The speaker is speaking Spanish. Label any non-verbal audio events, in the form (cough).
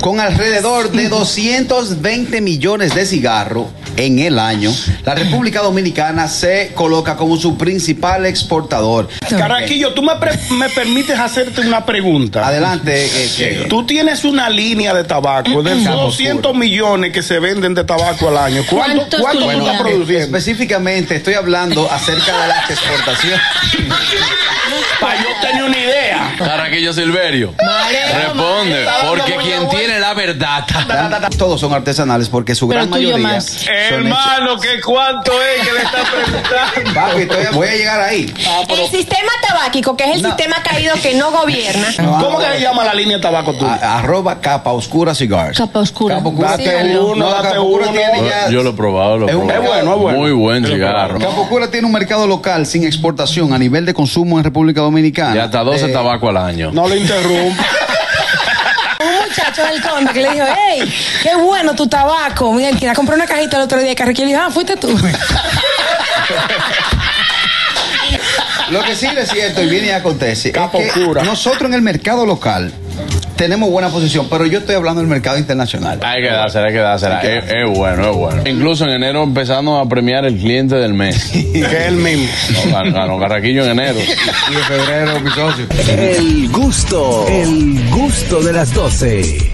Con alrededor de 220 millones de cigarros en el año, la República Dominicana se coloca como su principal exportador. Caraquillo, tú me, pre- me permites hacerte una pregunta. Adelante, eh, que- Tú tienes una línea de tabaco, de esos Campo 200 millones que se venden de tabaco al año. ¿Cuánto, ¿Cuántos cuánto tú tú Bueno, estás tienes? (laughs) produciendo? específicamente estoy hablando acerca de las exportaciones. Para yo tener una idea. Caraquillo Silverio. Responde, porque quien tiene (laughs) la verdad. Todos son artesanales porque su Pero gran tuyo mayoría más. son hechos- Hermano, que cuánto es que le está preguntando. Papi, estoy- voy a llegar ahí. El sistema tabáquico, que es el No. sistema caído que (laughs) no gobierna. ¿Cómo que se llama la línea de tabaco tuya? A- arroba capa oscura cigars. Capa Oscura. Capa oscura. Date tiene- uno, no, date Capa oscura uno. tiene ya- Yo lo he probado, lo he Es un- Ah, probado. es bueno, es bueno. Muy buen Yo lo he cigarro. Capa Oscura tiene un mercado local sin exportación a nivel de consumo en República Dominicana. Y hasta 12 Eh, tabaco al año. No le interrumpa. Un (laughs) muchacho del conde que le dijo, hey, qué bueno tu tabaco. Mira, que la compré una cajita el otro día de Carriquillo y le dijo, ah, fuiste tú. Lo que sí es cierto y viene y acontece. es Capa que Oscura. Nosotros en el mercado local tenemos buena posición, pero yo estoy hablando del mercado internacional. Hay que dársela, hay que dársela. Hay que Es, es bueno, es bueno. Incluso en enero empezamos a premiar el cliente (laughs) del mes. que es el mismo. No, ganó, ganó Carraquillo en enero. Y en febrero, mi socio. El gusto, el gusto de las 12.